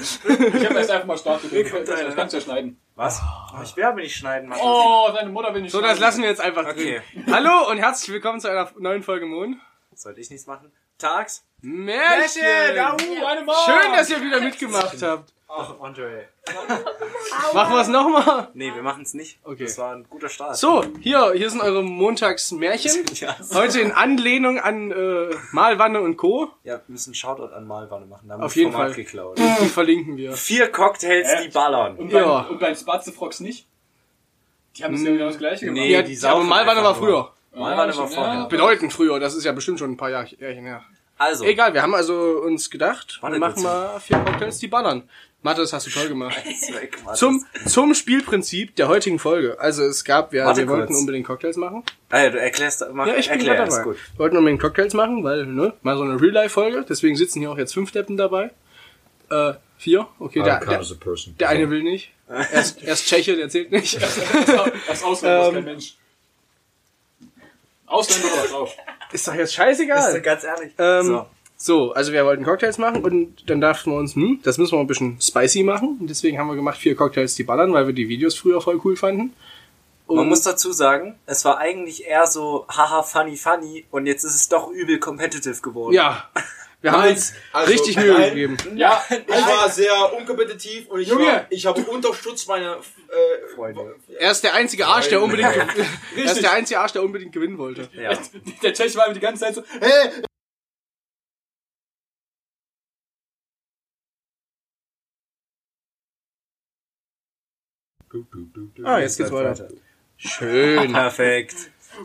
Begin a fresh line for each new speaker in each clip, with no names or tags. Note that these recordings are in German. Ich habe erst einfach mal Start
Hier
gedrückt.
kommt
Das,
einer. ne?
das kannst du ja schneiden.
Was? Oh, ich werde aber nicht schneiden, Mann.
Oh, seine Mutter will nicht
So, das lassen wir jetzt einfach
Okay.
drin. Hallo und herzlich willkommen zu einer neuen Folge Moon.
Sollte ich nichts machen? Tags?
Märchen!
wir. Meine Mom.
Schön, dass ihr wieder mitgemacht habt.
Ach, Andre.
Machen wir es nochmal.
Nee, wir machen's nicht.
Okay.
Das war ein guter Start.
So, hier, hier sind eure Montagsmärchen.
Ja,
Heute in Anlehnung an äh, Malwanne und Co.
ja wir müssen einen Shoutout an Malwanne machen. Da haben wir
Auf
das
jeden
Format
Fall.
geklaut.
Die verlinken wir.
Vier Cocktails,
Äh?
die ballern.
Und bei,
Ja. Hm,
und bei Spatzefrogs nicht? Die haben das ja genau das gleiche gemacht.
Nee,
ja,
die
aber
saufen
Malwanne war
einfach
früher.
Malwanne
Ja,
war
schon,
vorher.
ja.
Bedeutend früher, das ist ja bestimmt schon ein paar Jahre her.
Also,
Egal, wir haben also uns gedacht,
Warte
wir machen
kurz.
mal vier Cocktails, die ballern. Mathe, das hast du toll gemacht.
ist weg, Mann.
Zum, zum Spielprinzip der heutigen Folge. Also es gab, wir,
Warte
wir wollten
kurz.
unbedingt Cocktails machen.
Ah, ja, du erklärst, mach,
Ja, ich bin
erklär,
grad
ist
dabei.
gut.
Wir wollten unbedingt Cocktails machen, weil, ne, mal so eine Real-Life-Folge. Deswegen sitzen hier auch jetzt fünf Deppen dabei. Äh, vier? Okay, der, der,
person.
der eine will nicht. Er ist, er ist Tscheche, der zählt nicht.
Das Ausländer ist
Ähm.
kein Mensch. Ausländer war drauf.
Ist doch jetzt
Bist
scheißegal.
du ganz ehrlich?
Ähm,
so.
So, also wir wollten Cocktails machen und dann dachten wir uns, hm, das müssen wir ein bisschen spicy machen. Und deswegen haben wir gemacht vier Cocktails, die ballern, weil wir die Videos früher voll cool fanden. Und
Man muss dazu sagen, es war eigentlich eher so haha funny funny und jetzt ist es doch übel competitive geworden.
ja, wir haben
Nein,
uns
also
richtig Mühe
nein.
gegeben.
Ja,
Ich war sehr unkompetitiv und ich,
Junge!
war, ich habe unterstützt meine äh,
Freunde.
Er ist der einzige Arsch, der
Nein.
unbedingt, er ist der einzige Arsch, der unbedingt gewinnen wollte.
Ja.
der Tschech war die ganze Zeit so,
Hey,
Ah, jetzt geht's weiter. Schön.
Perfekt.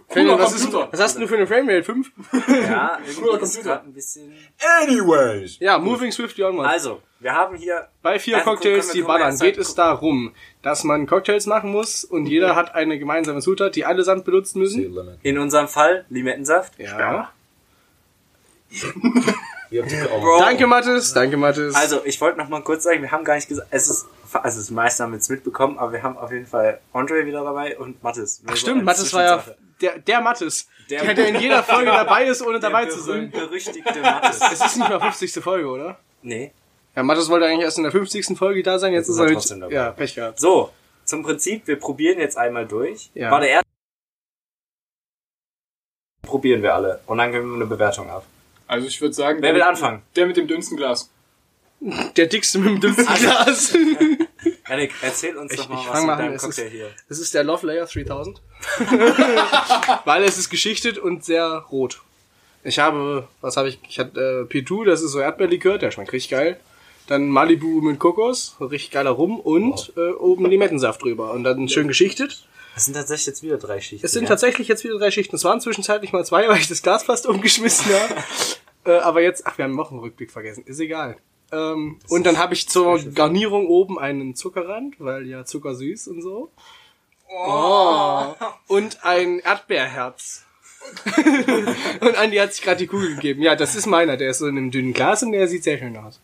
Fenjo, was, ist,
Computer.
was hast denn du für eine Framerate? 5?
Ja, irgendwie ist
Computer.
gerade ein bisschen...
Anyways.
Ja, moving swiftly onwards.
Also, wir haben hier
Bei vier
Also, können
Cocktails,
wir-
die
können wir
ballern,
erst
geht
sagen,
es darum, dass man Cocktails machen muss
Mhm.
und jeder hat eine gemeinsame Zutat, die allesamt benutzen müssen.
in unserem Fall Limettensaft.
Ja.
Ihr habt die
Bro.
auch.
Danke, Mathis. Danke, Mathis.
Also, ich wollte noch mal kurz sagen, wir haben gar nicht gesagt, es ist, also die meisten haben jetzt mitbekommen, aber wir haben auf jeden Fall Andre wieder dabei und Mattes. Nur so
Stimmt,
als
Mathis war ja
Zwischensache.
der, der Mathis,
Der-
der, der in jeder Folge dabei ist, ohne dabei
der
zu sein.
berüchtigte Mattes.
Es ist nicht mal 50. Folge, oder?
Nee.
Ja, Mathis wollte eigentlich erst in der 50. Folge da sein, jetzt
Jetzt
ist
ist er
er
trotzdem
mit,
dabei.
ja, Pech gehabt.
So, zum Prinzip, wir probieren jetzt einmal durch.
Ja.
War der erste. Probieren wir alle und dann geben wir eine Bewertung ab.
also ich würde sagen, der
Wer will
mit-
anfangen?
Der mit dem dünnsten Glas.
Der dickste mit dem dümmsten
Also,
Glas.
Erik, erzähl uns doch mal
ich
was
fang
mit
mal an,
deinem
es
Cocktail
ist-
hier.
Es ist der Love Layer 3000. Weil es ist geschichtet und sehr rot. Ich habe, was habe ich? Ich hatte äh, P2, das ist so Erdbeerlikör, der schmeckt richtig geil. Dann Malibu mit Kokos, richtig geiler Rum und äh, oben Limettensaft drüber und dann schön geschichtet.
Es sind tatsächlich jetzt wieder drei Schichten.
Es sind
ja?
tatsächlich jetzt wieder drei Schichten. Es waren zwischenzeitlich mal zwei, weil ich das Glas fast umgeschmissen habe. äh, aber jetzt, ach, wir haben noch einen Rückblick vergessen. Ist egal. Ähm, und dann habe ich zur Garnierung oben einen Zuckerrand, weil ja Zucker süß und so. Oh. Und ein Erdbeerherz. und Andi hat sich gerade die Kugel gegeben. Ja, das ist meiner. Der ist so in einem dünnen Glas und der sieht sehr schön aus.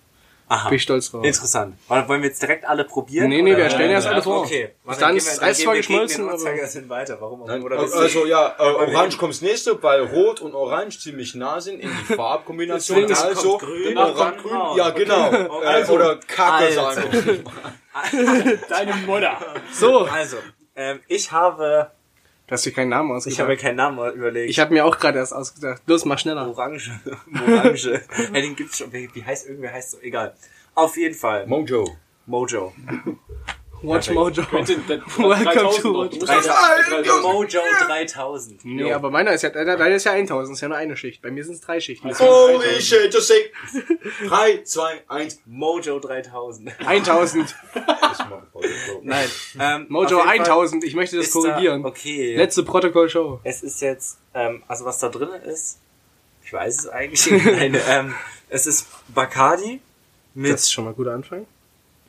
Aha.
Bin ich stolz drauf.
Interessant. Wollen wollen wir jetzt direkt alle probieren?
Nee, nee, wir
oder-
erstellen erst alle vor.
Okay,
Bis dann ist das Eis zwar geschmolzen, aber...
aber... sind weiter. Warum? auch
Nein,
immer. Oder bist du-
also ja, äh, Orange kommt das nächste, weil Rot und Orange ziemlich nah sind in die Farbkombination.
Deswegen, es
also
kommt grün,
Orange,
dann
grün,
braun.
ja genau.
Also,
äh, oder Kacke
also.
sagen. wir.
Deine Mutter.
So,
Also, ähm, ich habe,
du hast dir keinen Namen
ich
ausgedacht.
habe keinen Namen überlegt.
Ich habe mir auch gerade erst ausgedacht. Los, mach schneller.
Orange. Orange. ja, den gibt's schon. Wie wie heißt irgendwer heißt so? Egal. Auf jeden Fall.
Mojo.
Mojo. Oh,
Watch Mojo. Welcome
Welcome
to-
Mojo 3000.
Nee, aber meiner ist ja, deiner, deiner ist ja 1000, ist ja nur eine Schicht. Bei mir sind es drei Schichten.
Holy shit, just say. 3, 2, 1.
Mojo 3000.
1000.
Nein. Ähm, auf
Mojo
jeden Fall
1000, ich möchte das
ist da-
korrigieren.
Okay.
Letzte Protokoll-Show.
Es ist jetzt, ähm, also was da drin ist, ich weiß es eigentlich. nicht. Nein, ähm, es ist Bacardi
Das ist
mit
schon mal ein guter Anfang.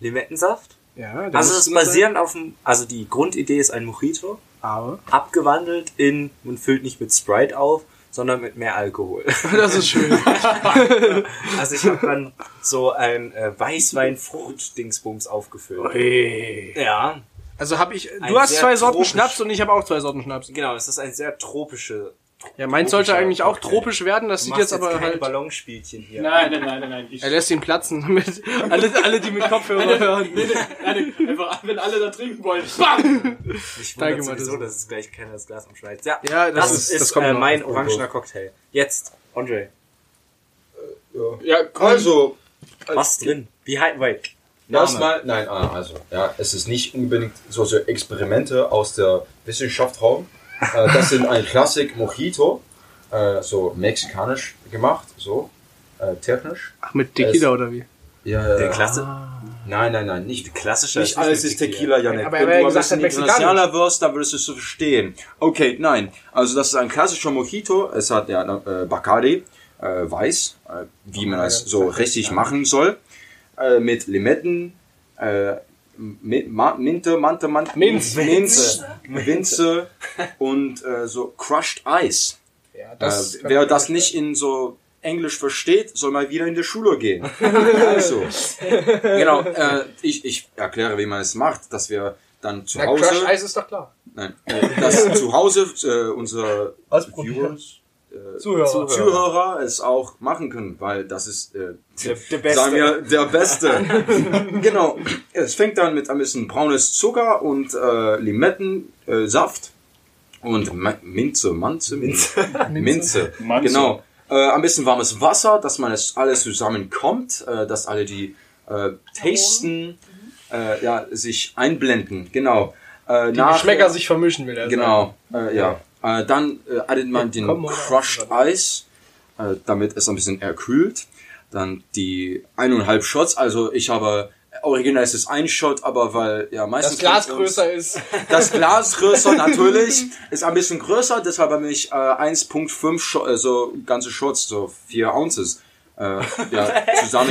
Limettensaft.
Ja, der
Also
muss
es
drin
basieren auf dem, also die Grundidee ist ein Mojito,
sein. Aber.
abgewandelt in, man füllt nicht mit Sprite auf, sondern mit mehr Alkohol.
Das ist schön.
Also ich habe dann so ein äh, Weißwein-Frucht-Dingsbums aufgefüllt. Ja,
Also habe ich. Du
Ein
hast
sehr
zwei Sorten
tropisch-
Schnaps und ich habe auch zwei Sorten Schnaps.
genau, es ist ein sehr tropische
Ja, meins sollte eigentlich auch tropisch werden, das
Du
sieht
machst
jetzt aber
keine
halt.
Ballonspielchen hier.
Nein, nein, nein, nein, nein. Ich,
Er lässt ihn platzen, damit alle, alle die mit Kopfhörer hören.
nein, nein, einfach, wenn alle da trinken wollen. Bam!
Ich
Danke,
wundere sowieso,
Matthias.
dass es gleich keiner das Glas umschneidet. Ja,
Ja, das ist- das kommt
äh,
noch.
mein orangener Cocktail. Jetzt, Andre,
Ja, komm.
Also,
was drin? Wie halten wir?
erstmal, nein, ah, also, ja, es ist nicht unbedingt so, so Experimente aus der Wissenschaft raum. Äh, das sind ein Klassik Mojito, äh, so mexikanisch gemacht, so, äh, technisch.
Ach, mit Tequila oder wie?
Ja,
Der
ja, ja.
Klasse,
Nein, nein, nein, nicht
klassische
Nicht alles ist Tequila, Janek.
Aber er hat ja gesagt,
ein
er ist
Internationaler wirst, dann würdest du es so verstehen. Okay, nein. Also das ist ein klassischer Mojito. Es hat ja äh, Bacardi, äh, weiß, äh, wie man das so richtig machen soll. Äh, mit Limetten, äh, Mi- Ma- Minte, Mante, Mante, Minze, Minze, Minze und äh, so Crushed Ice.
Ja,
Äh, wer das nicht in so Englisch versteht, soll mal wieder in die Schule gehen. also, genau, äh, ich, ich erkläre, wie man es macht, dass wir dann zu
Na, Crush
Hause,
Eis ist doch klar.
nein, äh, dass zu Hause äh, unsere Viewers, äh, Zuhörer. es auch machen können, weil das ist, äh,
der Beste.
sagen wir, der Beste. genau, es fängt dann mit ein bisschen braunes Zucker und äh, Limettensaft. Äh, Saft. und Ma Minze, Manze, Minze, Minze,
Manze.
genau. Äh, ein bisschen warmes Wasser, dass man es alles zusammenkommt, äh, dass alle die äh, tasten, äh, ja, sich einblenden, genau. Äh,
Die Geschmäcker sich vermischen will er.
Genau, äh, ja. Äh, dann äh, addet man den
komm, oder?
Crushed Eis, äh, damit es ein bisschen erkühlt. Dann die eineinhalb Shots, also ich habe, original ist es ein Shot, aber weil, ja, meistens...
Das Glas
kommt uns-
größer ist.
das Glas größer natürlich ist ein bisschen größer, deshalb habe ich äh, 1.5 Scho- äh, so ganze Shots, so 4 Ounces. Äh, ja, zusammen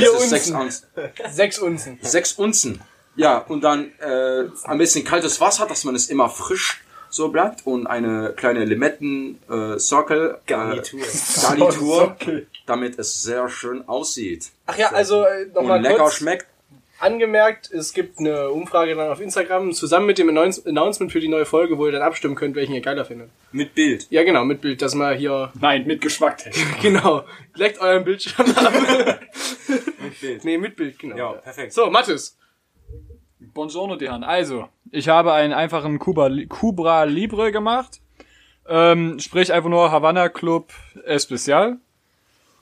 Vier
ist es 6
Unzen.
Ounces.
Sechs Unzen.
6 Unzen. Ja, und dann äh, ein bisschen kaltes Wasser, dass man es immer frisch so bleibt und eine kleine Limetten äh, Circle
Garnitur.
äh, Garnitur
Sockel.
damit es sehr schön aussieht
Ach ja, also äh, nochmal
und lecker
kurz
schmeckt.
angemerkt, es gibt eine Umfrage dann auf Instagram, zusammen mit dem Announce- Announcement für die neue Folge, wo ihr dann abstimmen könnt, welchen ihr geiler findet.
Mit Bild.
Ja genau, mit Bild, dass mal hier
Nein, mit Geschmack.
Genau. Leckt euren Bildschirm ab. mit
Bild.
Nee, mit Bild, genau.
Ja, perfekt.
So, Mathis.
Buongiorno, die Herren. Also, ich habe einen einfachen Cuba, Cubra Libre gemacht. Ähm, sprich einfach nur Havana Club Especial.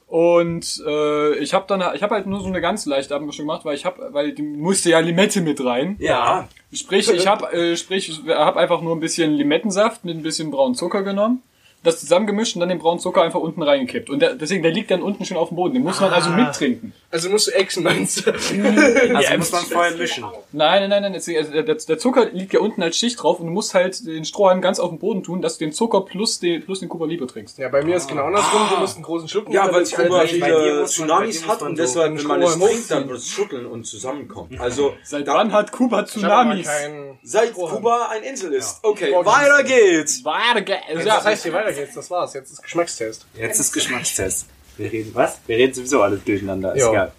Und äh, ich habe dann ich habe halt nur so eine ganz leichte Abmischung gemacht, weil ich habe weil die musste ja Limette mit rein.
Ja,
Sprich, ich habe äh, sprich ich habe einfach nur ein bisschen Limettensaft mit ein bisschen braunen Zucker genommen, das zusammengemischt und dann den braunen Zucker einfach unten reingekippt. Und der, deswegen der liegt dann unten schon auf dem Boden. Den muss man also mittrinken.
Also musst du Action meinst du?
also muss man vorher mischen.
Nein, nein, nein, nein. deswegen, also Der, der- der Zucker liegt ja unten als Schicht drauf und du musst halt den Strohhalm ganz auf den Boden tun, dass du den Zucker plus den, plus den Cuba Libre trinkst.
ja, bei mir ist genau andersrum. Du musst einen großen Schluck
Ja, weil
damit
es
alle
immer
drei-
halt bei dir muss
viele
man- bei
Tsunamis
dir
hat
muss man
und
so
deshalb, wenn man es
Strohhalm
trinkt, dann wird es schütteln und zusammenkommen. Also
Seit wann hat Kuba
Ich hab aber
Tsunamis?
keinen-
Seit Kuba eine Insel ist. Okay,
Morgen.
Also-
weiter geht's.
Warte, ge- also,
Das
ja,
heißt, hier weiter geht's. Das war's. Jetzt ist Geschmackstest.
Jetzt ist Geschmackstest. Wir reden, was? Wir reden sowieso alle durcheinander, ist
Ja.
egal.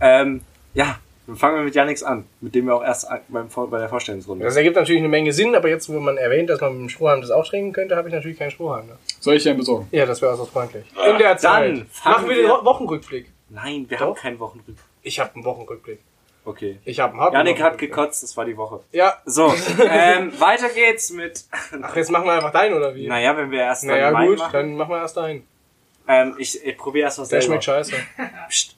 Ähm, ja, dann fangen wir mit Yannick's an, mit dem wir auch erst an- beim, Vor- bei der Vorstellungsrunde.
Das ergibt natürlich eine Menge Sinn, aber jetzt, wo man erwähnt, dass man mit dem Strohhalm das auch trinken könnte, habe ich natürlich keinen Strohhalm. Ne?
soll ich dir einen besorgen?
Ja, das wäre also freundlich. In der Zeit.
dann fangen
machen wir den
wir-
Wo- Wochenrückblick.
Nein, wir
Doch.
haben keinen Wochenrück.
Ich habe einen Wochenrückblick.
Okay.
Ich habe einen harten
Yannick hat
Wochenrückblick.
gekotzt, das war die Woche.
Ja.
So, ähm, weiter geht's mit.
Ach, jetzt machen wir einfach deinen, oder wie?
Naja, wenn wir erst dann
naja,
meinen
gut,
machen.
dann machen wir erst deinen.
Ähm, ich, ich probiere erst was
Der
selber.
schmeckt scheiße.
Psst.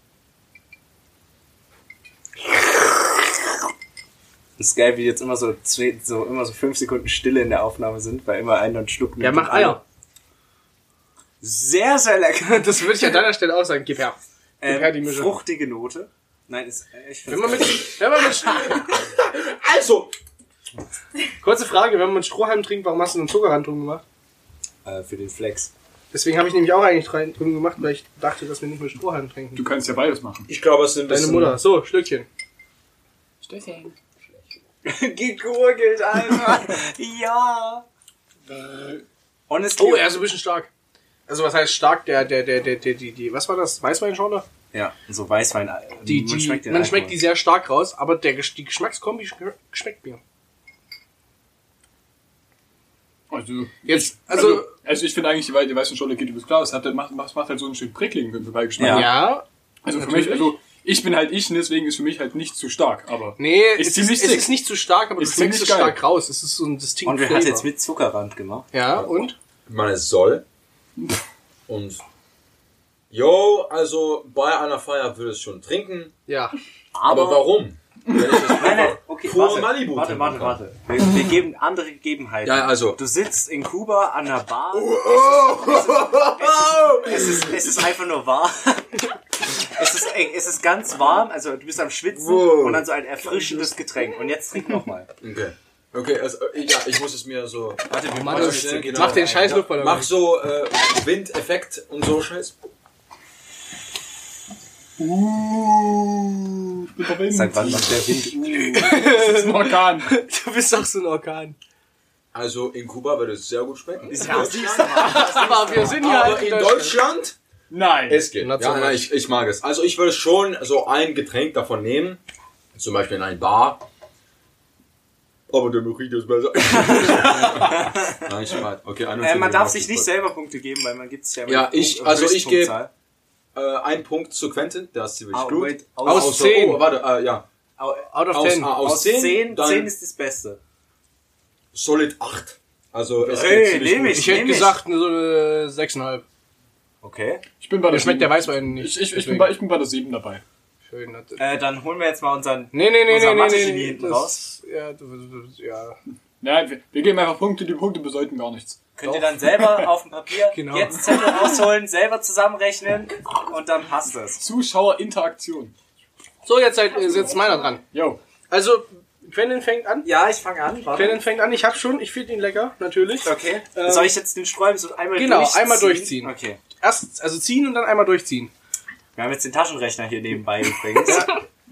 Ist geil, wie jetzt immer so, zwei, so immer so fünf Sekunden Stille in der Aufnahme sind, weil immer einer einen Schluck nimmt. und alle- Sehr, sehr lecker.
Das würde ich an deiner Stelle auch sagen. Gib her.
Ähm,
her die Mische.
fruchtige Note. Nein, ist, äh, ich
Wenn
find's
man
geil.
mit, wenn man mit,
Also,
kurze Frage, wenn man mit Strohhalm trinkt, warum hast du einen Zuckerrand drum gemacht?
äh, für den Flex.
Deswegen habe ich nämlich auch eigentlich rein, drum gemacht, weil ich dachte, dass wir nicht mit Strohhalm trinken.
Du kannst ja beides machen.
ich glaube, es sind ein
Deine
bisschen-
Mutter. So, Schlückchen.
Gegurgelt, Alter. ja. Äh, Honestly.
Oh, er ist ein bisschen stark. Also was heißt stark? Der, der, der, der, der die, die, was war das? Weißweinschorle?
Ja, so Weißwein. äh,
Die, die, man schmeckt,
den
man schmeckt die
Alkohol.
sehr stark raus, aber der, Gesch- die Geschmackskombi schmeckt mir.
Also,
Jetzt,
also,
also,
also, ich finde eigentlich, die, Wei- die weiße Scholle geht übers Glas. Hat, macht, macht, macht halt so einen schönen prickligen Beigeschmack.
Ja.
ja.
also, für
natürlich.
mich, also, ich bin halt ich und deswegen ist für mich halt nicht zu stark. Aber
Nee,
Ist
es,
ziemlich
ist, es
sick.
ist nicht zu stark, aber
Ist
du schmeckst
ziemlich
es
geil.
stark raus. Es ist so ein distinkt
Und wir hat jetzt mit Zuckerrand gemacht.
Ja, und?
man es soll. Und yo, also bei einer Feier würde ich es schon trinken.
Ja.
Aber, warum? Wenn ich das
Nein, nein,
einfach
okay,
pure
warte,
Malibu
warte,
trinken
warte,
kann.
warte. Wir, wir geben andere Gegebenheiten.
Ja, also.
Du sitzt in Kuba an einer Bar.
Oh.
Es ist, es ist einfach nur warm. Es ist, ey, es ist ganz warm, also du bist am Schwitzen
Wow.
und dann so ein erfrischendes Getränk. Und jetzt trink nochmal.
Okay. Okay, also, äh, ja, ich muss es mir so. Warte, wir
Mach,
genau.
mach den scheiß Luftballon.
Mach so äh, Windeffekt und so Scheiß.
Uh, ich bin verwendet.
Seit wann macht der Wind?
Das ist ein Orkan.
Du bist doch so ein Orkan.
Also in Kuba würde es sehr gut schmecken.
Ja, siehst du mal.
Aber wir sind ja
Aber halt in Deutschland?
Nein.
Es geht. Ja,
Not so
nein,
much.
ich, ich mag es. Also ich würde schon so ein Getränk davon nehmen. Zum Beispiel in ein Bar. Aber der Mojito ist besser. nein, ich mag. Okay,
Äh,
41
man darf
macht
sich
es
nicht
gut.
selber Punkte geben, weil man gibt es ja immer
Ja,
die
ich-
Punkt-
also ich gebe-
Höchstpunktzahl.
Äh, ein Punkt zu Quentin, der ist ziemlich
Ah,
gut.
wait,
aus
Außer-
zehn.
Oh, warte, äh, ja.
Au-
Out of
Aus,
ten.
ah, aus,
Aus
10,
10,
dann
10 ist das Beste.
solid 8. Also es
Hey,
geht ziemlich
nehm
gut.
ich.
Ich hätte
Nämlich-
gesagt, so äh, eine 6,5.
Okay.
Ich bin bei der
Mir schmeckt der
Sieben.
Weißwein nicht.
Ich, ich, ich,
deswegen.
bin bei, ich bin bei der 7 dabei.
Schön. das-
Äh, dann holen wir jetzt mal unseren.
Nee, nee, nee,
Unser
nee, nee, nee,
Mathe-Genie
nee.
hinten
das-
raus.
Ja, du- du- du- ja.
Nein, wir, wir geben einfach Punkte, die Punkte bedeuten gar nichts.
Könnt ihr dann selber auf dem Papier
Genau.
jetzt Zettel rausholen, selber zusammenrechnen und dann passt es.
Zuschauerinteraktion.
So, jetzt seid, ist jetzt meiner dran.
Yo.
Also, Quentin fängt an.
Ja, ich fange an.
Quentin fängt an. Ich hab schon. Ich finde ihn lecker, natürlich.
Okay.
Ähm,
Soll ich jetzt den Sträuben so einmal
Genau,
durchziehen?
einmal durchziehen.
Okay.
Erst, also ziehen und dann einmal durchziehen.
Wir haben jetzt den Taschenrechner hier nebenbei übrigens.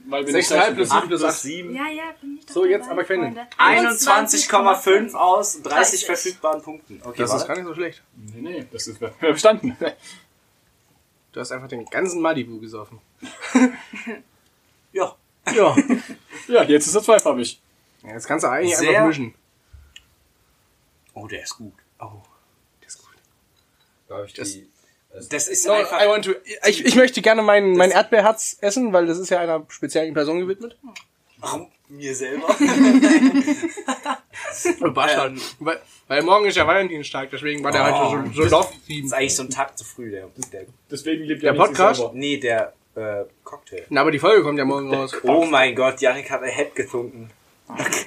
Weil wir nicht
6,5
gleich
plus
sind.
7 plus 8.
7.
Ja, ja, bin ich doch
So, jetzt
dabei,
aber Quentin.
Freunde.
21,5 aus 30
30.
verfügbaren Punkten. Okay,
Das ist
warte.
gar nicht so schlecht.
Nee, nee, das ist wir haben bestanden.
Du hast einfach den ganzen Malibu gesoffen.
Ja.
Ja.
Ja, jetzt ist er zweifarbig.
Jetzt kannst du eigentlich
Sehr-
einfach mischen.
Oh, der ist gut. Oh.
Darf ich die,
Das ist
No,
einfach.
I want to, ich, ich möchte gerne mein, mein Erdbeerherz essen, weil das ist ja einer speziellen Person gewidmet.
Warum mir selber?
Ähm, weil, weil morgen ist ja Valentinstag, deswegen war der heute so, so loff.
Das ist eigentlich so ein Tag zu früh, der, der
Deswegen lebt
Der
ja nicht sich
Podcast?
selber.
Nee, der äh, Cocktail.
Na, aber die Folge kommt ja morgen raus.
Oh mein Gott, Janik hat ein Head getrunken.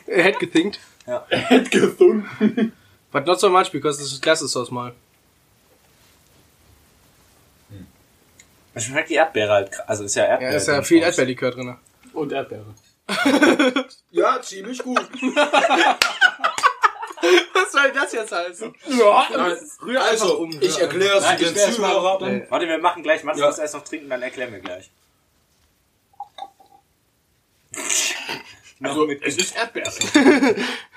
Er hätte gethinkt.
Gesunken.
But not so much, because this is glasses sauce mal.
Es schmeckt die Erdbeere halt. kr- Also ist ja
Ja,
Erdbeere.
ist ja
drin.
viel Erdbeerlikör drin.
Und Erdbeere.
Ja, ziemlich gut.
Was soll das jetzt heißen?
Rühr also um. Ich erkläre es
Nein, ich
den
wär jetzt mal-
Zuhörern.
Warte, wir machen gleich. Max
Ja.
muss erst noch trinken, dann erklären wir gleich.
Also, es ist Erdbeere.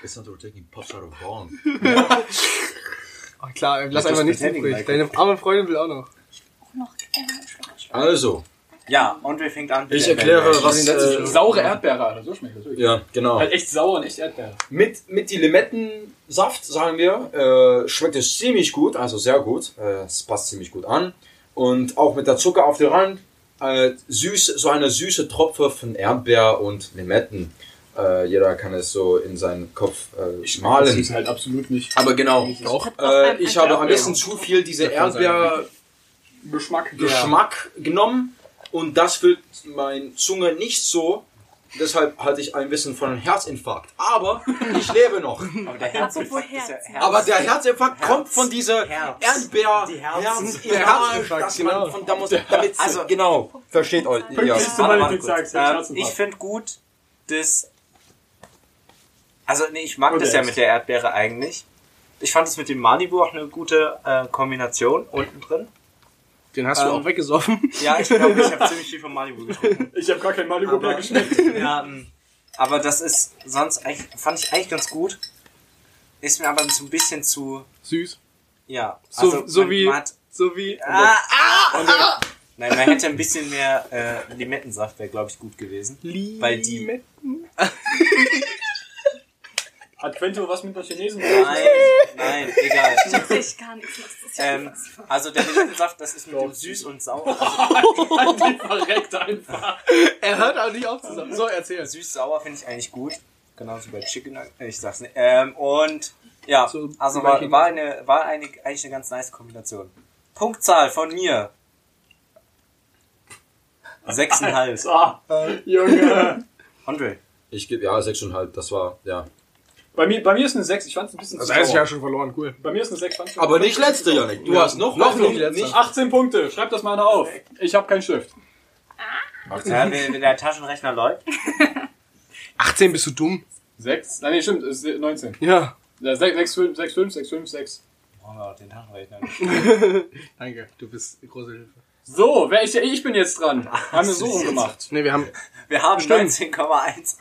It's not taking pops out of bomb.
Oh, klar, ey, lass
Mit
einfach
das
nichts
Pretending
übrig.
like
Deine arme Freundin will auch noch.
Noch einen Schluck Schluck.
Also,
Ja, und wir fängt an.
ich erkläre, was...
äh,
Saure Erdbeere, oder so schmeckt das wirklich.
ja, genau.
Halt echt sauer und echt Erdbeere.
Mit, mit die Limettensaft, sagen wir, äh, schmeckt es ziemlich gut, also sehr gut. Äh, es passt ziemlich gut an. Und auch mit der Zucker auf den Rand, äh, süß, so eine süße Tropfe von Erdbeer und Limetten. Äh, jeder kann es so in seinen Kopf äh,
Das
malen.
ist halt absolut nicht
Aber genau,
Doch.
äh, ich habe am
Erdbeer.
besten zu viel diese Erdbeer...
Geschmack.
Geschmack genommen und das füllt meine Zunge nicht so. Deshalb hatte ich ein bisschen von einem Herzinfarkt. Aber ich lebe noch.
Aber der Herz ist ja
Apropos Herz.
Herz.
Aber der Herzinfarkt kommt von dieser
Herz.
Erdbeer.
Die Herzen.
Herz-
Der
Herzinfarkt,
dass man
genau.
von da muss, damit,
Also-
genau. Versteht euch. Ja.
Pünktlich zum
Warte, warte
Valentinstag.
kurz.
sehr
Ähm,
Herzenfahrt.
ich finde gut, dass. Also, nee, ich mag
Und
das
der
ja
ist-
mit der Erdbeere eigentlich. Ich fand es mit dem Manibu auch eine gute äh, Kombination unten drin.
Den hast du
Ähm,
auch weggesoffen.
Ja, ich glaube, ich habe ziemlich viel von Malibu getrunken.
Ich habe gar kein Malibu mehr geschmeckt.
Ja, ähm, aber das ist sonst eigentlich, fand ich eigentlich ganz gut. Ist mir aber so ein bisschen zu,
Süß.
ja.
So,
also
so
man-
wie,
Man hat,
so wie.
ah, ah, Nein, man hätte ein bisschen mehr äh, Limettensaft wäre, glaube ich, gut gewesen. Weil die.
Limetten.
Hat Quento was mit der Chinesen?
Nein, nein, egal.
Ich gar nichts. Das ist ja
Ähm, also der Limettensaft, das ist mit dem süß und sauer.
Die verreckt einfach.
Er hört auch nicht auf zusammen. So, erzähl.
Süß-sauer finde ich eigentlich gut. Genauso bei Chicken Nugget- Ich sag's nicht. Ähm, und ja,
So,
also
wie
war,
bei
war, eine, war eine, eigentlich eine ganz nice Kombination. Punktzahl von mir. Sechseinhalb.
Ah, Junge.
Andre.
Ich gebe, ja, 6,5, das war, ja.
Bei mir, bei mir ist eine 6, ich fand's ein bisschen
Das
zu
heißt, ich
sauer.
habe schon verloren, cool.
Bei mir ist eine 6, fand's
Aber nicht letzte, Janik. Du hast noch,
Noch nicht letzter.
18 Punkte, schreib das mal einer auf. Ich habe keinen Stift.
Ja, wenn, wenn der Taschenrechner läuft.
18 bist du dumm?
6? Nein, nee, stimmt, ist 19.
Ja.
Ja, 6, 6, 5, 6, 5, 6, 5, 6.
Brauchen wir auch den Taschenrechner.
Danke, du bist eine große Hilfe.
So, wer ich, ich bin jetzt dran. Haben wir so rumgemacht.
Ne, wir haben,
Wir haben
Stimmt.
19,1.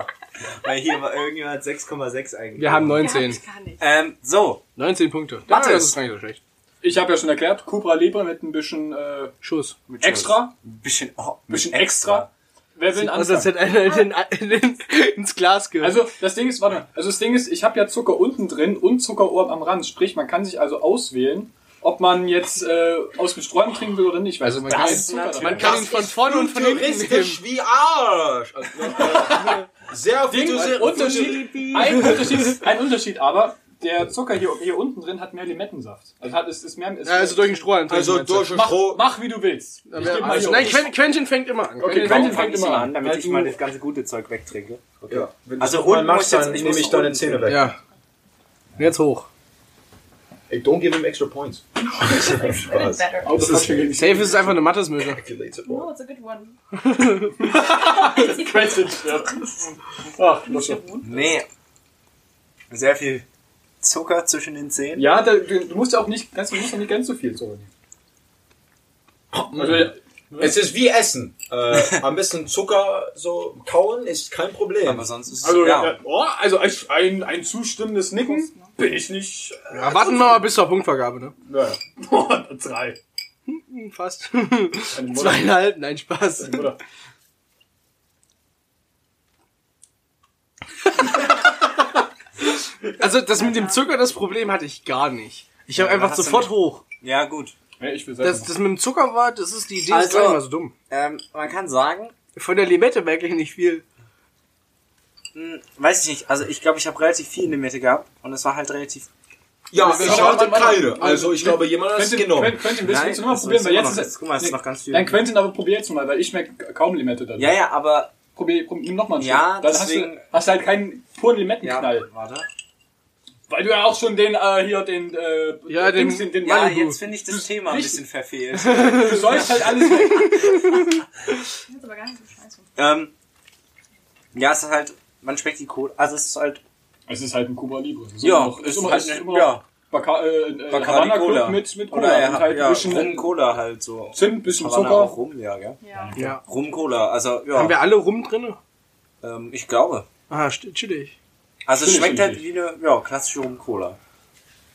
Weil hier war irgendjemand 6,6 eigentlich.
wir haben
Die hab
19.
ich gar nicht.
Ähm, so.
19 Punkte.
Warte,
das
das-
ist gar nicht so schlecht.
Ich habe ja schon erklärt, Cobra Libre mit ein bisschen äh,
Schuss.
extra.
Ein bisschen, oh, ein
bisschen extra. Wer will
Also, als
anfangen?
hätte einer in den, in, ins Glas gehört.
Also das Ding ist, warte, mal. also das Ding ist, ich habe ja Zucker unten drin und Zuckerorb am Rand. Sprich, man kann sich also auswählen, ob man jetzt äh, aus dem Sträumen trinken will oder nicht. Weil also
man
kann-
man
man kann ihn von vorne und von hinten nehmen.
wie Arsch. Also, äh, Sehr
Ding, also ein Unterschied, ein Unterschied, ein Unterschied, aber der Zucker hier, hier unten drin hat mehr Limettensaft. Also hat es ist mehr. Ist
Ja, also durch den Strohhalm.
Also
meinst du?
durch
mach,
Stroh.
mach wie du willst. Ich geb mal hier
Also, nein,
hoch.
Quen- Quentin fängt immer an.
Okay,
Warum
Quentin
fang
fängt
ich
immer
mal
an,
an, damit
weil
ich
du-
mal das ganze gute Zeug wegtrinke? Okay.
Ja, wenn
Also
du mal
unten muss
machst,
jetzt-
dann
ich
nehme
muss
ich deine
unten
Zähne
hin.
weg.
Ja. Jetzt hoch.
Ey, don't give him extra points. Spaß.
Better.
Oh, das hat schon geliebt.
Safe ist einfach eine Mattesmöse.
Calculated,
Oh,
boy.
it's a good one.
Quentin stirbt. Ach, Lusche.
Nee. Sehr viel Zucker zwischen den Zähnen.
Ja, da, du du musst ja auch nicht, ganz, du musst ja nicht ganz so viel Zucker nehmen. Also,
Es ist wie Essen. Äh, am besten Zucker so kauen ist kein Problem.
Aber sonst ist es
Also,
ja.
ja. oh, also als ein, ein zustimmendes Nicken bin ich nicht. Äh,
Ja, warten wir mal bis zur Punktvergabe, ne? Hm,
naja. Oh, drei.
Fast.
Meine Mutter.
Zweieinhalb, nein, Spaß.
Meine Mutter.
Also das mit dem Zucker, das Problem hatte ich gar nicht. Ich habe
Ja,
einfach
hast du
sofort
nicht.
hoch.
ja, gut.
Ja, ich will
Das,
selbst.
das mit dem Zucker war, das ist die Idee, ist
Also-
gar nicht mal so dumm.
Ähm, man kann sagen,
Von der Limette merke ich nicht viel.
mh, weiß ich nicht, also ich glaube, ich habe relativ viel Limette gehabt und es war halt relativ.
ja, ich
Warte, warte,
hatte keine.
warte.
Also ich glaube, jemand hat es
Quentin,
genommen.
Quentin, Quentin, willst du
Nein,
es nochmal
das
probieren?
ist
Weil
immer
jetzt
noch-
ist
guck mal, es ist
Nee,
noch ganz viel.
Dann Quentin, aber probier jetzt mal, weil ich schmecke kaum Limette da drin.
Ja, ja, aber.
Probier, probier, nimm nochmal einen
Ja,
Schluck. Dann
deswegen-
hast, du, hast du halt keinen puren
Ja,
Limettenknall.
warte.
Weil du ja auch schon den, äh, hier, den, äh,
Ja, den-
Dings, den, den
Ja,
Malibu.
jetzt finde ich das Thema ein bisschen verfehlt.
Du sollst halt alles weg.
Das ist aber gar nicht so scheiße.
ähm, ja, es ist halt. Man schmeckt die Kohle. Also es ist halt.
Es ist halt ein Cuba Libre. Es
Ja,
immer noch-
ist
immer-
halt
ist
eine-
immer noch
ja.
Baca äh, äh,
Bacardi
Havana
Cola.
Club mit, mit Cola.
Oder er
und
hat
halt
ja,
ein bisschen
Rum Cola halt so.
Zimt, bisschen
Havana
Zucker.
auch Rum, ja, gell?
Ja.
Ja.
Rum Cola, also
Haben wir
ja.
alle rum drinne?
Ähm, ich glaube.
Ah, st- chillig.
Also
Finde
es
ich
schmeckt halt
richtig.
wie eine ja, klassische Rum Cola.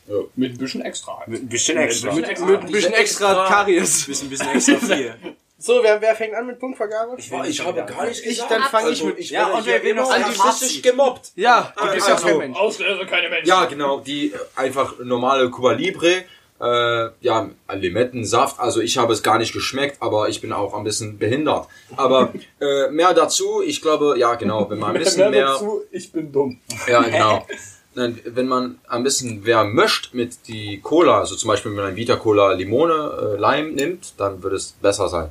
Ja, mit ein bisschen extra. Mit
Ein bisschen extra.
Mit
Ein
extra.
Mit ein bisschen extra Karies.
bisschen, bisschen extra viel.
So, wer, wer fängt an mit Punktvergabe?
Boah, Oh, ich habe gar nichts
Ich,
gesagt.
dann fang
also,
ich mit-
Ich
Ja,
werde
und
hier
wir- wir noch ein
antifaschistisch
Fazit.
gemobbt.
Ja, du
Ah,
bist ja
also-
kein Mensch.
Auslöser keine Menschen.
Ja, genau, die äh, einfach normale Cuba Libre. Äh, ja, Limettensaft, also ich habe es gar nicht geschmeckt, aber ich bin auch ein bisschen behindert. Aber äh, mehr dazu, ich glaube, ja genau, wenn man ein bisschen mehr...
dazu, ich bin dumm.
Ja, genau. Nein, Wenn man ein bisschen, wer möchte, mit die Cola, also zum Beispiel wenn man Vita Cola Limone, äh, Lime nimmt, dann würde es besser sein.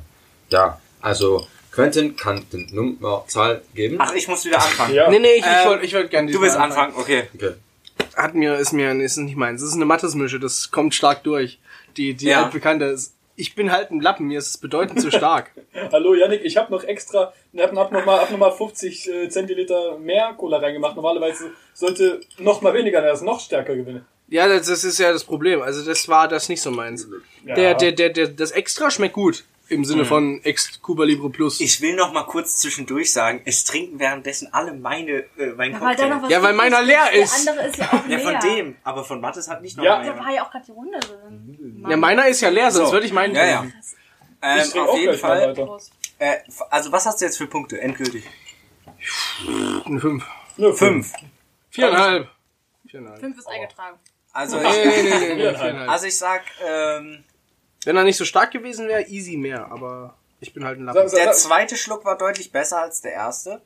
Ja, also Quentin kann die Nummerzahl geben.
Ach, ich muss wieder anfangen.
Ja.
Nee, nee, ich, ich
Ähm,
wollte ich wollt gerne
Du willst anfangen, okay.
Okay.
Hat mir, ist mir, nee, ist nicht meins. Das ist eine Mattesmische, das kommt stark durch. Die, die
Ja.
altbekannte ist, ich bin halt ein Lappen, mir ist es bedeutend zu stark.
Hallo Yannick, ich habe noch extra, ich habe noch mal, hab noch mal 50 äh, Zentiliter mehr Cola reingemacht. Normalerweise sollte noch mal weniger, da ist noch stärker gewinnen.
Ja, das, das ist ja das Problem. Also das war das nicht so meins.
Ja.
Der, der, der, der, das Extra schmeckt gut. Im Sinne von Ex Cuba Libre Plus.
Mhm. Ich will noch mal kurz zwischendurch sagen, es trinken währenddessen alle meine, äh, mein
Ja, weil da noch
Cocktail.
was
Ja, weil
übrig
meiner leer ist.
Der andere ist ja auch
Ja,
leer.
von dem. Aber von Mattes hat nicht noch
Ja.
Da
einer.
war ja auch gerade die Runde drin.
ja, meiner ist ja leer, sonst
So.
würde ich meinen.
Ja, ja.
trinken.
Ich
Ähm,
trinke
auf
auch
jeden
gleich mal
Fall.
weiter.
Prost.
Äh, also was hast du jetzt für Punkte, endgültig?
Eine Fünf.
Nö,
Fünf.
Viereinhalb. Viereinhalb.
Fünf ist eingetragen.
Also
Nee,
ich,
nee, nee, nee, nee, viereinhalb.
also ich sag, ähm,
Wenn er nicht so stark gewesen wäre, easy mehr, aber ich bin halt ein
Sag-
Lappen.
sag-
der zweite Schluck war deutlich besser als der erste.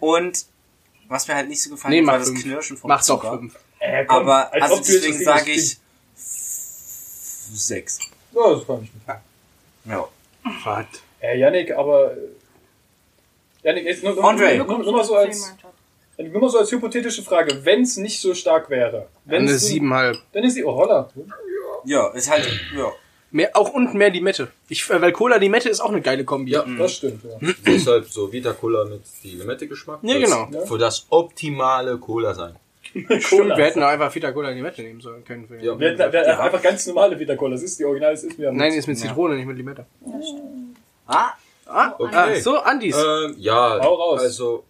Und was mir halt nicht so gefallen
Nee,
hat, war
mach
das
fünf.
Knirschen vom
Mach doch
Zucker.
fünf.
Äh, komm,
Aber
als
also
ob du jetzt
deswegen
das Ding
sage ich
nicht-
sechs.
Ja, das fand ich nicht.
Ja.
Was?
Äh, Yannick, aber. äh, Yannick, jetzt nur, nur,
Andre.
nur, nur, nur mal so als, nur mal so als hypothetische Frage. Wenn es nicht so stark wäre.
Dann
wenn's
eine
so-
siebenhalb.
Dann ist die. Oh, holla.
Ja, ist halt, ja.
Mehr, auch und mehr Limette. Ich, äh, weil Cola Limette ist auch eine geile Kombi.
Ja.
Das stimmt, ja.
Deshalb so Vita Cola mit die Limette Geschmack.
Ja,
Das
genau.
Für das optimale Cola sein.
Cola.
Wir hätten auch einfach Vita Cola Limette nehmen sollen können. Für den-
Ja.
Wir hätten, wir hätten einfach ganz normale Vita Cola. Das ist die Original, das ist mir
Nein, die ist mit Zitrone, nicht mit Limette.
Ah,
Ah,
Okay.
ah so, Andis.
Ähm, ja,
Hau raus.
also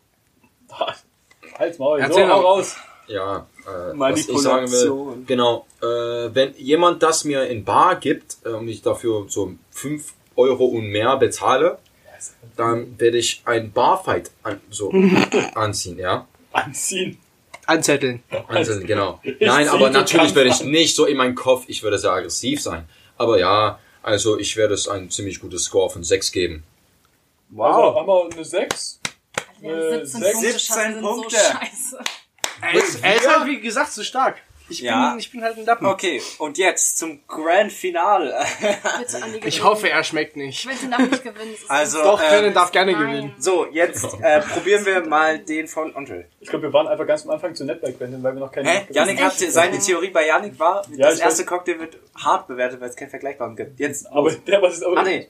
Halt's Maul. So,
Erzähl
hau
doch.
raus.
ja, äh, was ich sagen will,
Manipulation.
genau, äh, wenn jemand das mir in Bar gibt äh, und ich dafür so 5 Euro und mehr bezahle, dann werde ich ein Barfight an, so anziehen, ja.
Anziehen.
Anzetteln.
Einzeln, genau. Nein,
zieh
aber
den Kampf
natürlich werde ich nicht so in meinem Kopf, ich werde sehr aggressiv sein. Aber ja, also ich werde es ein ziemlich gutes Score von 6 geben.
Also, haben wir eine 6? Äh, sechs-
17 Punkte, Schatz,
17
sind
Punkte.
so scheiße.
Er ist, er ist halt, wie gesagt, so stark. Ich,
Ja.
bin, ich bin halt ein Lappen.
okay. Und jetzt zum Grand Finale.
Bitte an die
Ich
gewinnen.
hoffe, er schmeckt nicht.
Ich will die Nacht nicht gewinnen. Das ist
Also,
Doch, Kennen
ähm,
darf gerne
nein.
gewinnen.
so, jetzt äh, probieren wir mal den von Onkel.
Ich glaube, wir waren einfach ganz am Anfang zu nett bei Quentin, weil wir noch keinen.
Hä? Janik hat seine Theorie bei Janik war,
Ja,
das
ich
erste Cocktail wird hart bewertet, weil es keinen Vergleichbaren gibt. Jetzt.
Aber der was ist aber.
Ah nee.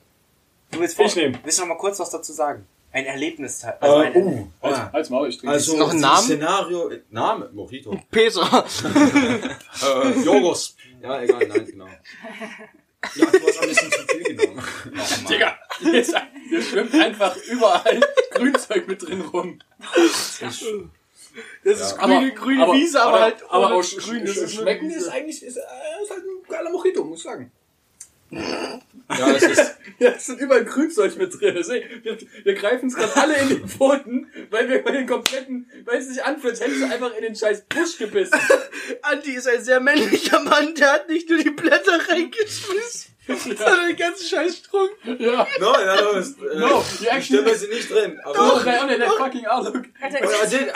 Du willst vor.
Ich nehm.
Willst du noch mal kurz was dazu sagen? Ein Erlebnisteil. Also ein,
Halt's,
Ah.
halt's Maul, ich trinke.
Also
Noch ein Name?
Szenario, Name, Mojito.
Pesa.
Äh, Jogos. Ja, egal, nein, genau. Ja, du hast ein bisschen zu viel genommen.
Digga, jetzt, hier schwimmt einfach überall Grünzeug mit drin rum.
Das ist
Ja.
grüne, grüne Wiese, aber, halt
aber
ohne
auch sch
grün. Das ist nur
schmecken
Wiese.
ist eigentlich ist, äh, ist halt ein geiler Mojito, muss ich sagen.
Ja, das ist,
Ja, es sind überall Grünzeug mit drin. Das ist- Wir, wir greifen es gerade alle in die Pfoten, weil wir bei den kompletten, weil es sich anfühlt, hättest du einfach in den scheiß Busch gebissen.
Andi ist ein sehr männlicher Mann, der hat nicht nur die Blätter reingeschmissen, sondern den ganzen scheiß Strunk.
ja.
no, ja, du bist, äh,
No, die
die
Action-
Stimme ist nicht drin. Aber
Doch, nein, nein, nein, fucking Arlok.
Ja, den-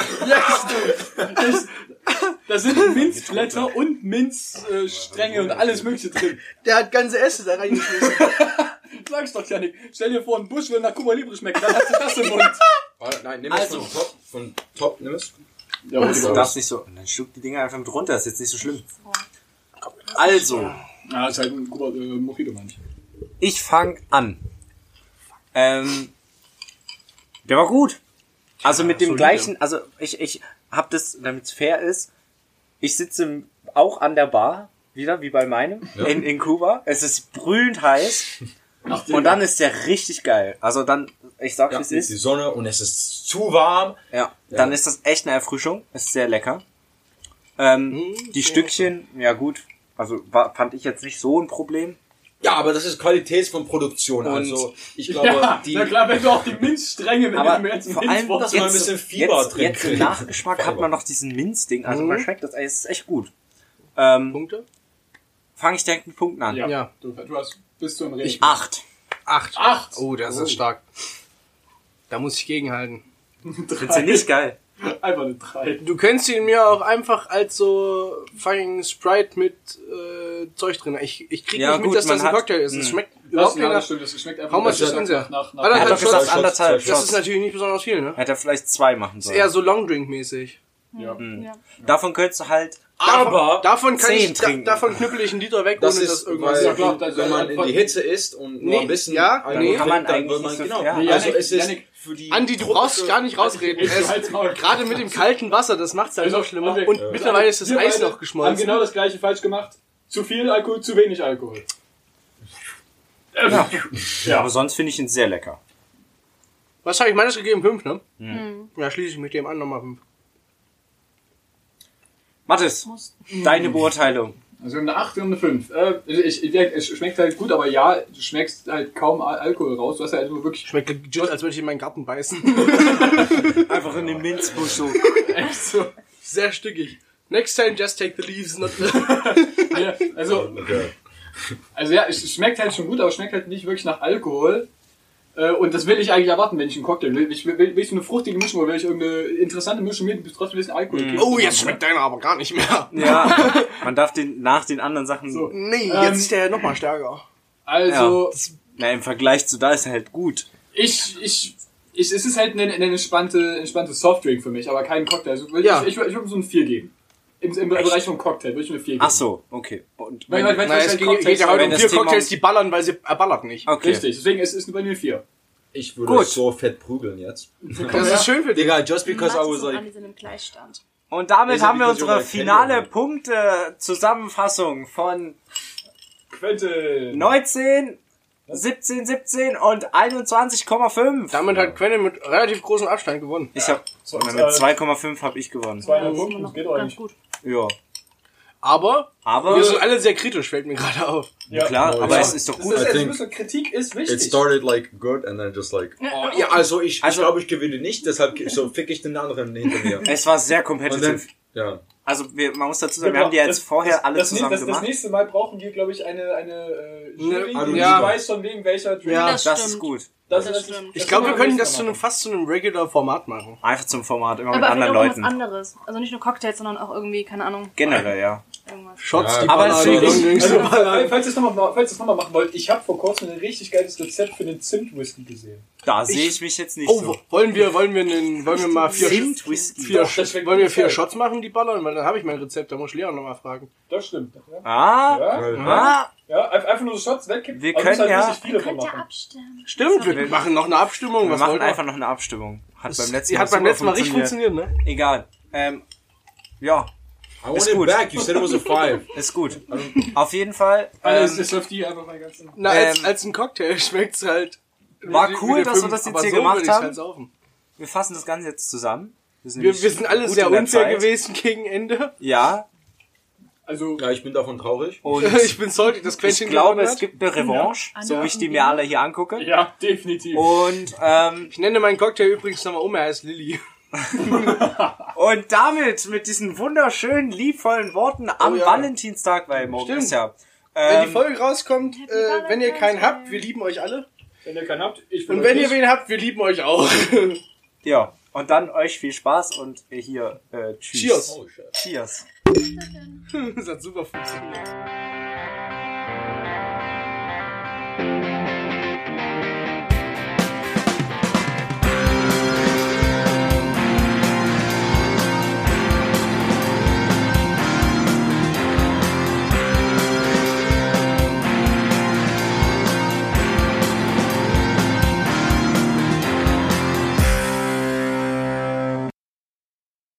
Das, da sind Minzblätter und Minzstränge und alles mögliche drin.
Der hat ganze Essen da reingeschmissen.
Sag's doch, Janik. Stell dir vor, ein Busch will nach Cuba Libre schmecken, dann hast du das im Mund.
Warte, Nein, nimm es
Also.
von Top. Von Top, nimm es.
Ja,
Du darfst nicht so. Und dann schluck die Dinger einfach mit runter, ist jetzt nicht so schlimm. Also,
Ja, ist halt ein Kuba, äh, Mojito, manch.
ich fang an. Ähm, der war gut. Also mit dem
solide.
gleichen, also ich, ich hab das, damit es fair ist, ich sitze auch an der Bar, wieder wie bei meinem, in, in Kuba. Es ist brühend heiß und dann ist der richtig geil. Also dann, ich sag,
Ja,
es
die
ist,
Sonne und es ist zu warm.
ja, dann ist das echt eine Erfrischung, ist sehr lecker. Ähm, die Stückchen, ja gut, also war, fand ich jetzt nicht so ein Problem.
Ja, aber das ist Qualität von Produktion. also ich glaube,
Ja,
die
Ah, na klar, wenn du auch die Minzstränge mit
Aber
dem ganzen
vor allem
Minzwort-
dass man ein
Jetzt-
bisschen Fieber
jetzt,
drin
Jetzt im
kriegt.
Nachgeschmack hat man noch diesen Minzding. Also man schmeckt das, ey, es ist echt gut. Ähm,
Punkte?
Fange ich direkt mit Punkten an.
Ja,
Ja.
Du, du hast, bist du im Regen.
Acht.
Acht.
Acht.
Oh, das ist stark. Da muss ich gegenhalten.
Findest du nicht geil?
Einfach eine drei.
Du könntest ihn mir auch einfach als so fucking Sprite mit äh, Zeug drin. Ich, ich krieg
Ja,
nicht
gut,
mit, dass
man
das ein
hat-
Cocktail ist. Es
Mh.
schmeckt
Das,
überhaupt nicht
ja, das
nach.
stimmt, das schmeckt einfach
How much
nach-
is unser?
nach, nach,
Warte,
nach,
Er hat doch
Shots,
gesagt,
Shots,
anderthalb
Shots.
Das ist
Shots.
natürlich nicht besonders viel, ne?
Hätte er vielleicht zwei machen
Ist
sollen.
eher so Longdrink-mäßig.
ja.
Ja.
Davon könntest du halt...
aber
Davon kann
Zehn
ich, da,
trinken.
davon knüppel ich einen Liter weg,
das
ohne
ist,
dass irgendwas.
weil,
Ja, klar, das
wenn
ist
man in
einfach-
die Hitze ist und nur
Nee,
ein bisschen
ja,
Alkohol
nee.
Kann man
trinkt, dann
eigentlich
wird man
nicht so-
genau.
ja.
Nee,
also
Janik,
es ist
Janik,
für die
Andi, du brauchst gar nicht rausreden.
Jetzt
Es,
halt's Maul.
gerade mit dem kalten Wasser, das macht's halt noch schlimmer.
André,
Und
wir
mittlerweile ist das
beide
Eis noch
Haben
geschmolzen.
genau das gleiche falsch gemacht. Zu viel Alkohol, zu wenig Alkohol. Ähm,
Aber sonst finde ich ihn sehr lecker.
Was habe ich meines gegeben? Fünf, ne? Ja, schließe ich mit dem an nochmal fünf.
Mathis, deine Beurteilung.
Also wir haben eine 8, wir haben eine 5. Äh, ich, ich, es schmeckt halt gut, aber ja, du schmeckst halt kaum Al- Alkohol raus. Du hast halt nur wirklich...
Schmeckt legit, als würde ich in meinen Garten beißen.
Einfach in den Minzbusch so.
Echt so.
Sehr stückig. Next time just take the leaves, not the...
Ja, also, also ja, es schmeckt halt schon gut, aber es schmeckt halt nicht wirklich nach Alkohol. Äh, Und das will ich eigentlich erwarten, wenn ich einen Cocktail will. Ich will, will, will ich so eine fruchtige Mischung oder will ich irgendeine interessante Mischung mit trotzdem ein bisschen Alkohol? geben?
Oh, jetzt schmeckt deiner aber gar nicht mehr.
Ja, man darf den, nach den anderen Sachen.
So.
Nee,
Ähm,
jetzt ist der nochmal stärker.
Also,
Na, im Vergleich zu da ist er halt gut.
ich, ich, ich, es ist halt eine, eine entspannte, entspannte Softdrink für mich, aber kein Cocktail. Also, würde
Ja.
ich, ich, würd- ich würde so eine 4 geben. Im, im Bereich vom Cocktail würde ich eine 4 geben.
Ach so, okay. Und
Weil, weil, weil,
Naja,
weil
es
halt
geht, geht ja heute
wenn
um
das
vier
Thema-
Cocktails, die ballern, weil sie... Er ballert nicht.
okay.
Richtig, deswegen ist es bei mir eine 4.
Ich würde
Gut.
euch so fett prügeln jetzt.
Das ist schön für dich.
Digga, just because I
Max
was
und
like...
Anni sind im Gleichstand.
Und damit
Also,
haben wir
die Person
unsere
erkennen wir
finale
halt.
Punkte-Zusammenfassung von
Quentin!
19, 17, 17 und 21,5.
Damit hat Quentin mit relativ großem Abstand gewonnen.
Ich hab, mit
äh,
2,5 habe ich gewonnen.
Zweieinhalb
Das ist
Punkte, das
immer noch
geht auch
ganz
nicht.
gut.
Ja.
Aber
Aber,
wir sind alle sehr kritisch, fällt mir gerade auf.
Ja.
klar, aber
Ja.
es ist doch
Das
gut.
ist
I
jetzt ein
think
bisschen Kritik ist
It
wichtig.
started like good and then just like... Oh, ja, also ich, ich glaube, ich gewinne nicht, deshalb ge- so fick ich den anderen hinter mir.
Es war sehr
Und dann,
kompetitiv.
ja.
Also wir, man muss dazu sagen, wir haben die jetzt vorher alle
Genau, das,
zusammen
das, das
gemacht.
nächste Mal brauchen wir, glaube ich, eine, eine äh, Jury,
also
Ne,
die
ja.
nicht weiß, von wem welcher Drink.
Ah,
Ja.
Das,
Das
ist
stimmt.
gut.
Das,
Das
das, das,
stimmt.
das
Ich glaube, wir
können
können
nächstes Mal
das zu einem
machen.
fast zu einem regular Format machen.
Einfach zum Format, immer mit
Aber
anderen
auch irgendwas
Leuten.
anderes. Also nicht nur Cocktails, sondern auch irgendwie, keine Ahnung,
Generell, ja.
irgendwas.
Shots,
Ja,
die
aber
ballern,
es ist
Long
wirklich-
Drinks, die
Also,
ballern.
falls ihr es nochmal falls ihr es noch mal machen wollt, ich habe vor kurzem ein richtig geiles Rezept für den Zimt-Whisky gesehen.
Da sehe ich mich jetzt nicht
Oh,
so.
wollen wir, wollen wir, einen, wollen wir mal vier,
Zimt Whisky.
vier,
das schmeckt
wollen wir vier
geil.
Shots machen, die ballern? Weil dann habe ich mein Rezept, da muss ich Leon nochmal fragen.
Das stimmt. ne? Ja,
Ah, ah,
ja ein- einfach nur so Shots wegkippen.
Wir
Aber du musst
können ja-
richtig viele von
Könnt ihr
machen.
abstimmen?
Stimmt, wir machen noch eine Abstimmung.
wir
Was
machen
wollt ihr?
einfach noch eine Abstimmung. Hat beim letzten Mal,
hat beim
super
letzten Mal richtig funktioniert, ne?
Egal. Ähm, ja,
I want
Ist
it
gut.
back, you said it was a five.
ist gut.
Also-
Auf jeden Fall.
Also,
Ähm,
es läuft die einfach mal ganz normal.
Na, als,
Ähm,
als ein Cocktail schmeckt's halt.
War
wie- wie
cool,
der
dass wir
Fünf,
das jetzt
aber
hier
so
gemacht
will ich's
haben.
Halt saufen.
wir fassen das Ganze jetzt zusammen.
wir,
nämlich
wir sind alle
gut
sehr
in der
unfair
Zeit.
gewesen gegen Ende.
Ja,
Also,
Ja, ich bin davon traurig.
und
Ich bin sorry, das
ich
Quäntchen
glaube,
gewonnen
es
hat.
gibt eine Revanche, so wie ich die mir Genau. alle hier angucke.
ja, definitiv.
Und, ähm,
Ich nenne meinen Cocktail übrigens nochmal um, er heißt Lilly.
und damit, mit diesen wunderschönen, liebvollen Worten am
Oh ja.
Valentinstag, weil morgen
Stimmt.
ist ja.
Wenn die
Ähm,
Folge rauskommt, äh, wenn ihr keinen habt, wir lieben euch alle.
Wenn ihr keinen habt, ich bin
Und wenn
euch
ihr wen habt, wir lieben euch auch.
ja, und dann euch viel Spaß und hier, äh, tschüss.
Cheers.
Oh, shit.
Cheers.
Das hat super funktioniert.